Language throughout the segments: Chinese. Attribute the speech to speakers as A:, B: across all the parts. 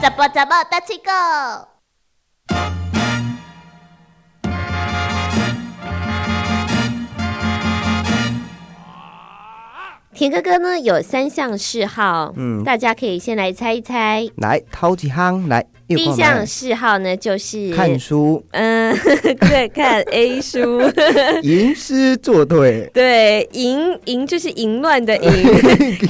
A: 怎么怎么大七狗？
B: 田哥哥呢有三项嗜好，
C: 嗯
B: 大家可以先来猜一猜。
C: 来掏几行来，又
B: 第一
C: 过来
B: 项嗜好呢就是
C: 看书，
B: 嗯， 对，看 A 书，
C: 吟诗作对，
B: 对，淫淫就是淫乱的 淫，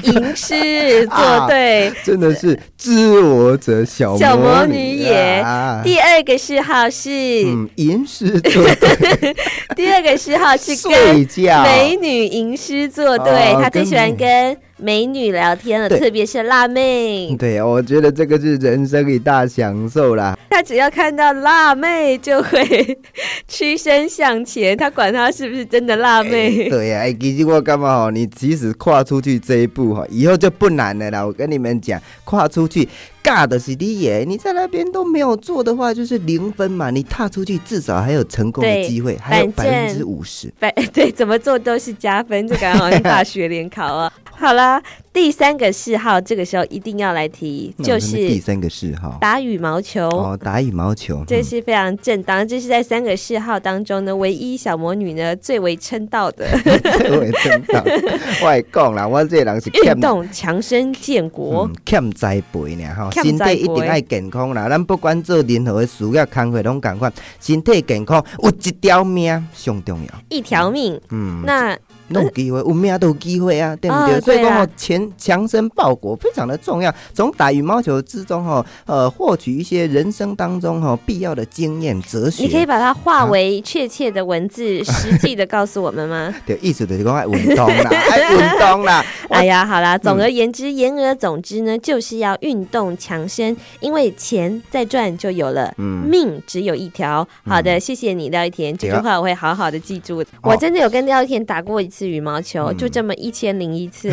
B: 淫诗作对。
C: 真的是知我者小
B: 小魔
C: 魔
B: 女
C: 女
B: 也
C: 啊
B: 第二个嗜好是，
C: 嗯，吟诗作 对，
B: 第二个嗜好是跟
C: 睡觉，
B: 美女吟诗作对，
C: 哦
B: 他最
C: 跟
B: 喜欢
C: 美
B: 跟美女聊天了，
C: 对嗯
B: 特别是辣妹，
C: 对，我觉得这个是人生一大享受 啦。
B: 他只要看到辣妹就会 屈身向前，他管他是不是真的辣妹。
C: 对呀、哎，其实我干嘛哦？你即使跨出去这一步哈，以后就不难了啦。我跟你们讲，跨出去尬的是你耶，你在那边都没有做的话，就是零分嘛。你踏出去，至少还有成功
B: 对
C: 的机会，还有
B: 反
C: 百分
B: 正
C: 之五十。
B: 反对，怎么做都是加分，就感觉好像大学联考啊。 好啦，第三个嗜好，这个时候一定要来提，
C: 那我
B: 就
C: 们嗯第
B: 是
C: 三个嗜好
B: 打羽毛球。
C: 哦，打羽毛球。
B: 这
C: 嗯
B: 是非常正当，这是在三个嗜好当中呢，唯一小魔女呢最为称道 的
C: 我也真 的，我也讲啦，我这人是欠
B: 运动，强身健国。
C: 嗯欠栽培呢吼，
B: 欠
C: 身
B: 栽
C: 体
B: 培
C: 一定爱健康啦。咱不管做任何的事业、工作拢共款，身体健康有一条命上重要。
B: 一条命。
C: 嗯，
B: 那
C: 那有机会，有命都有机会啊，对不
B: 啊
C: 对？所以
B: 对
C: 讲
B: 啊
C: 哦，钱强身报国非常的重要。从打羽毛球之中哦，呃，获取一些人生当中哦必要的经验、哲学。
B: 你可以把它化为确切的文 字，实际的告诉我们吗？
C: 对，意思就是讲爱运动 啦，爱运动啦。 我
B: 哎呀，好啦，总而言之，言而总之呢，就是要运动强身，因为钱再赚就有了。
C: 嗯，
B: 命只有一条，好的，谢谢你，廖一田，这句
C: 对啊
B: 话我会好好的记住。我真的有跟廖一田打过一次羽毛球，
C: 哎嗯
B: 就这么一千零一 次，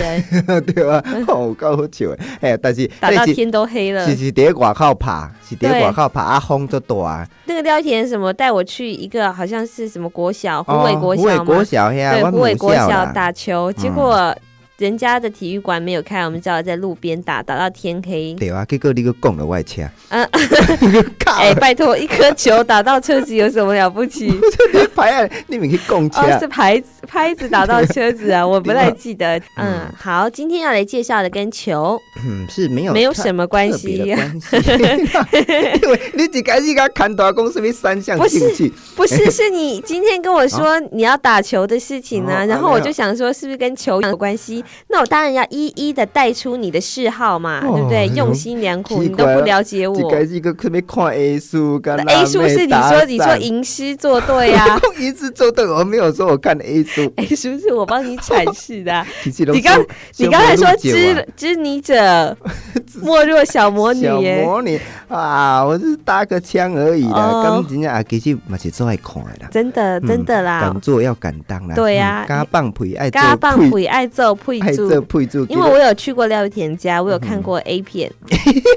C: 对 吧？哦，够好笑的。哎，但是
B: 打到
C: 但是
B: 天都黑了
C: 是。是伫外口拍，是伫
B: 对
C: 外口拍啊，风就大。
B: 那个廖一田什么带我去一个好像是什么国小，虎尾国
C: 哦虎尾
B: 小
C: 国
B: 吗？
C: 小遐，
B: 对，
C: 我
B: 虎尾
C: 母
B: 国
C: 校
B: 小
C: 啦。
B: 打球，结果人家的体育馆没有开，我们只好在路边打，打到天黑。
C: 对啊，结果你个讲了我的车，
B: 嗯，
C: 靠！
B: 哎，拜托，一颗球打到车子有什么了不 起？
C: 你牌啊，你咪去讲车。
B: 哦，是牌子拍子打到车子 啊，我不太记得。
C: 嗯
B: 嗯，好，今天要来介绍的跟球
C: 嗯，是没有
B: 没有
C: 特
B: 什么关
C: 特别的
B: 系， 啊
C: 关系。 因为你一开始甲看大公司咪三项
B: 不是
C: 兴趣，
B: 不是是你今天跟我说你要打球的事情呢、
C: 哦啊
B: 然后我
C: 没有
B: 就想说是不是跟球有关系？那我当然要一一的带出你的嗜好嘛，
C: 哦
B: 对不对？
C: 哎呦
B: 用心良苦，你
C: 奇
B: 都
C: 怪
B: 不
C: 了
B: 了解
C: 一
B: 我。
C: 开始个特别看 A 书跟
B: 那 A 书哎是你说你说
C: 一
B: 吟诗作对 啊
C: 一次做对，我没有说我看 A 书，
B: ，A 书是我帮你阐释的啊、
C: 其实都
B: 你刚
C: 说
B: 你刚才
C: 胸
B: 说
C: 部录解完
B: 知知你者 莫若小魔女
C: 小
B: 耶，
C: 魔女啊，我是搭个枪而已啦。
B: 哦
C: 咁真正啊，其实嘛是做爱看的啦，
B: 真的真的啦
C: 敢，做要敢当啦。
B: 对啊
C: 嗯加棒配爱做
B: 嘎棒
C: 配
B: 鬼爱揍配
C: 爱
B: 住。
C: 做配做，
B: 因为我有去过廖玉田家，我有看
C: 嗯
B: 过 A 片，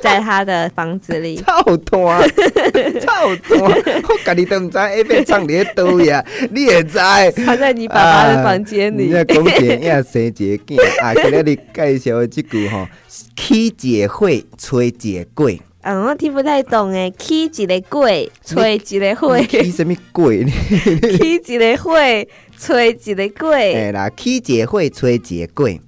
B: 在他的房子里。
C: 操蛋， 操蛋！我家己都唔知下边唱你的刀 呀，啊你也知。
B: 他在你爸爸的房间
C: 哎啊你
B: 里，
C: 在讲一个生一个囝，啊，今日你介绍的这句吼，起一个火，吹一个鬼，
B: 嗯，我听不太懂哎。起一个鬼，吹一个 会，
C: 起什么鬼？
B: 起一个会，吹一个鬼
C: 哎啦，起一个火，吹一个鬼，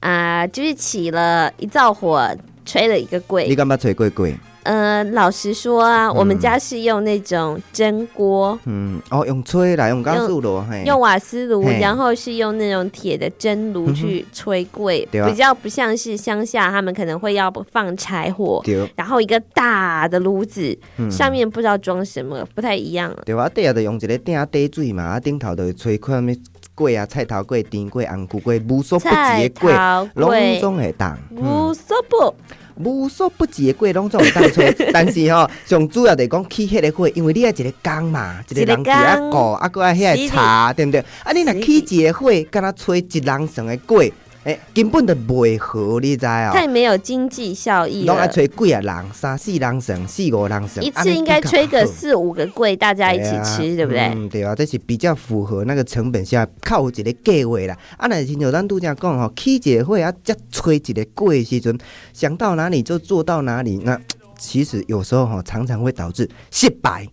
B: 啊，就是起了一灶火，吹了一个
C: 你
B: 鬼。
C: 敢捌吹过鬼？
B: 呃，老实说啊，我们
C: 嗯
B: 家是用那种蒸锅，
C: 嗯，哦，用吹啦，用钢丝炉嘿，
B: 用瓦斯炉，
C: 嘿
B: 然后是用那种铁的蒸炉
C: 嗯哼
B: 去吹柜，
C: 对啊
B: 比较不像是乡下他们可能会要放柴火，
C: 对，
B: 然后一个大的炉子，
C: 嗯
B: 上面不知道装什么，不太一样。
C: 对啊，底下就用一个鼎底水嘛，啊，顶头就吹看物粿啊、菜头粿、甜粿、红菇粿，无所不
B: 菜
C: 及的粿，
B: 头
C: 拢
B: 柜，
C: 总会当。嗯
B: 无所不，
C: 无所不及的粿拢总会当 吹，但是吼、上主要就是讲起迄个火，因为你要一个工嘛，一个人
B: 一
C: 伫
B: 个工
C: 遐顾，啊，搁啊遐个茶，对毋对？啊，你若
B: 是
C: 起一个火，敢若吹一人上的粿，诶、诶、根本就袂合，你知哦、
B: 太没有经济效益
C: 拢爱
B: 了。
C: 吹几啊人，三四人成，四五人成，
B: 一
C: 安
B: 次
C: 尼
B: 应该
C: 比较
B: 吹个
C: 好
B: 四五个柜，大家一起吃，对不对？
C: 嗯，对啊，这是比较符合那个成本下较有一个计划啦。啊，那亲像咱拄则讲吼，起一个会啊，才吹一个过的时阵，想到哪里就做到哪里。那其实有时候吼、常常会导致失败。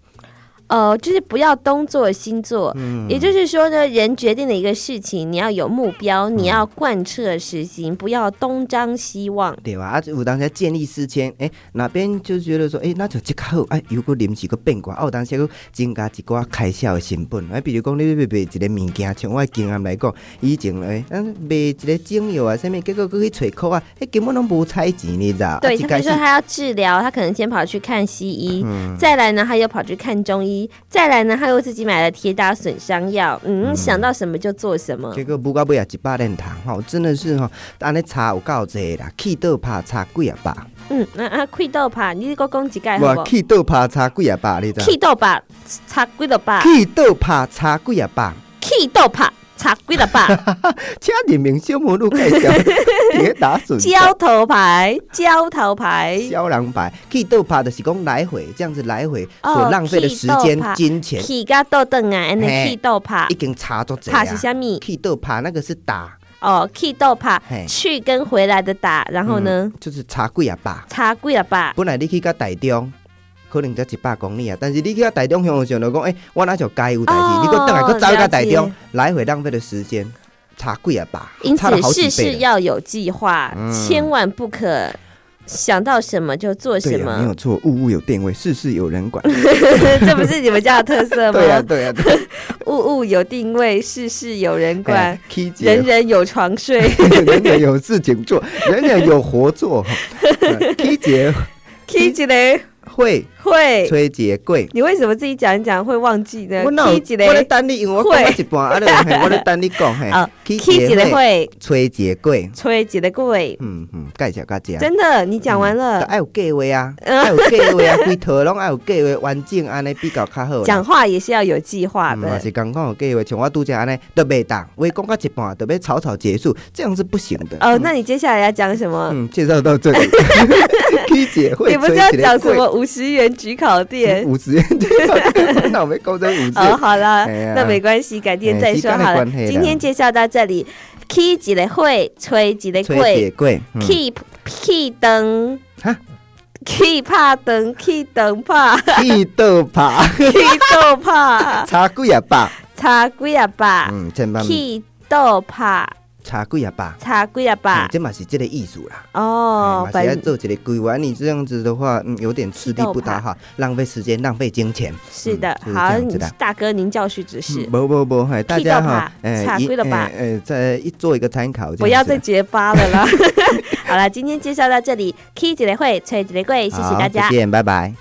B: 呃，就是不要东做西做，也就是说呢，人决定了一个事情，你要有目标，你要贯彻实行，不要东张西望。
C: 对吧？啊，有当时见异思迁，诶、哪边就觉得说，诶、那就即较好，啊，又搁临时搁变卦，啊，有当时搁增加一寡开销的成本，啊，比如讲你要卖一个物件，像我的经验来讲，以前诶，咱、卖一个精油啊，啥物，结果搁去找箍啊，迄根本拢无彩钱，你知道？啊
B: 对，
C: 一
B: 他比如
C: 开始
B: 说他要治疗，他可能先跑去看西医，再来呢，他又跑去看中医，再来呢，他又自己买了铁打损伤药，嗯，想到什么就做什么。
C: 结果补到尾也一百炼糖吼，真的是吼，安尼差有够 济啦，气倒拍差几啊把，
B: 嗯，那啊，气豆吧，你给我讲一哎盖好不
C: 哇，
B: 好？
C: 气倒拍差几啊把，你知道？
B: 气豆啊吧，擦几落吧，
C: 气倒拍差几啊把，
B: 气豆吧，擦几落 吧，
C: 请人民小魔女 介绍，别打损伤
B: 焦头牌，焦头牌。
C: 肖郎白，去斗爬的是讲来回这样子来回
B: 哦
C: 所浪费的时
B: 去斗
C: 间
B: 爬、
C: 金钱，
B: 气甲豆凳啊，安尼
C: 嘿
B: 气豆拍
C: 已，经差足济啊
B: 拍是。啥物？
C: 去斗爬那个是打，
B: 哦，气豆拍
C: 嘿
B: 去跟回来的打，然后呢，
C: 嗯就是差几啊把。
B: 差几了吧？
C: 本来你去到台中，可能才一百公里啊，但是你去到台中，向想着讲，诶、欸我哪就该有代志，
B: 哦
C: 你搁等下搁走到台
B: 了
C: 中
B: 解，
C: 来回浪费的时间，差几啊把，
B: 因
C: 差了
B: 此
C: 好几
B: 事
C: 倍啊
B: 事
C: 了。
B: 要有计划，
C: 嗯
B: 千万不可想到什么就做什
C: 对啊，没
B: 么
C: 有，错，物物有定位，事事有人管。
B: 这不是你们家的特色
C: 对啊，
B: 吗？
C: 对啊，对啊
B: 物物有定位，事事有人管
C: 哎，，K 姐
B: 人人有床睡。
C: 人家有事情做，人家有活做。K 姐
B: K 一个
C: 会
B: 会，
C: 吹节贵。
B: 你为什么自己讲一讲会忘记呢
C: 我哪有
B: ？K 一
C: 我咧
B: 个
C: 等你，因为我讲到一半，啊，就嘿我咧等你讲嘿
B: 哦。
C: 去
B: K 一
C: 节
B: 个
C: 会
B: 会，
C: 吹节贵，
B: 吹一个贵，
C: 嗯嗯，介绍到这。
B: 真的，你讲完了
C: 就。爱有计划啊，
B: 嗯
C: 爱有计划啊，规套拢爱有计划，完整安尼比较较好啦。
B: 讲话也是要有计划
C: 嗯嘛
B: 的。
C: 是刚刚有计划，像我拄则安尼都袂当，话讲到一半都要草草结束，这样是不行的。
B: 哦，那你接下来要讲什么？
C: 嗯，介绍到 这里，去姐会
B: 你不是
C: 吹
B: 要
C: 节
B: 讲什
C: 贵
B: 么五十元焗烤店？
C: 五十元， 那我们高中 五十
B: 哦，
C: 元。
B: 好啦，
C: 哎呀
B: 那没关系，改天再说好
C: 哎时间的
B: 了
C: 关系。啦
B: 今天介绍到这里，K 几的会，吹几的
C: 吹节
B: 贵
C: 贵，嗯
B: ，Keep K 灯
C: 哈
B: ，K 怕灯，K 灯 怕
C: 去倒拍，
B: ，K 豆怕，
C: 差几啊百，
B: 差几 啊把
C: 嗯，千万
B: ，K 豆怕，
C: 差几啊百，
B: 差几啊
C: 嗯
B: 把。
C: 这嘛是这个艺术啦。
B: 哦
C: 哎，嘛是要
B: 本
C: 做这个规划，你这样子的话，嗯，有点吃力不讨好，浪费时间，浪费金钱。
B: 是的，
C: 嗯就是这
B: 好
C: 样子的，
B: 大哥您教训之事
C: 嗯，不不不，嘿，大家哈，
B: 去倒拍
C: 哎
B: 差
C: 一
B: 几了吧
C: 哎哎，再一做一个参考，
B: 不要再
C: 这样子啊
B: 结巴了啦。好了，今天介绍到这里，K 姐的会，崔姐的贵，谢谢
C: 好
B: 大家
C: 再。见，拜拜。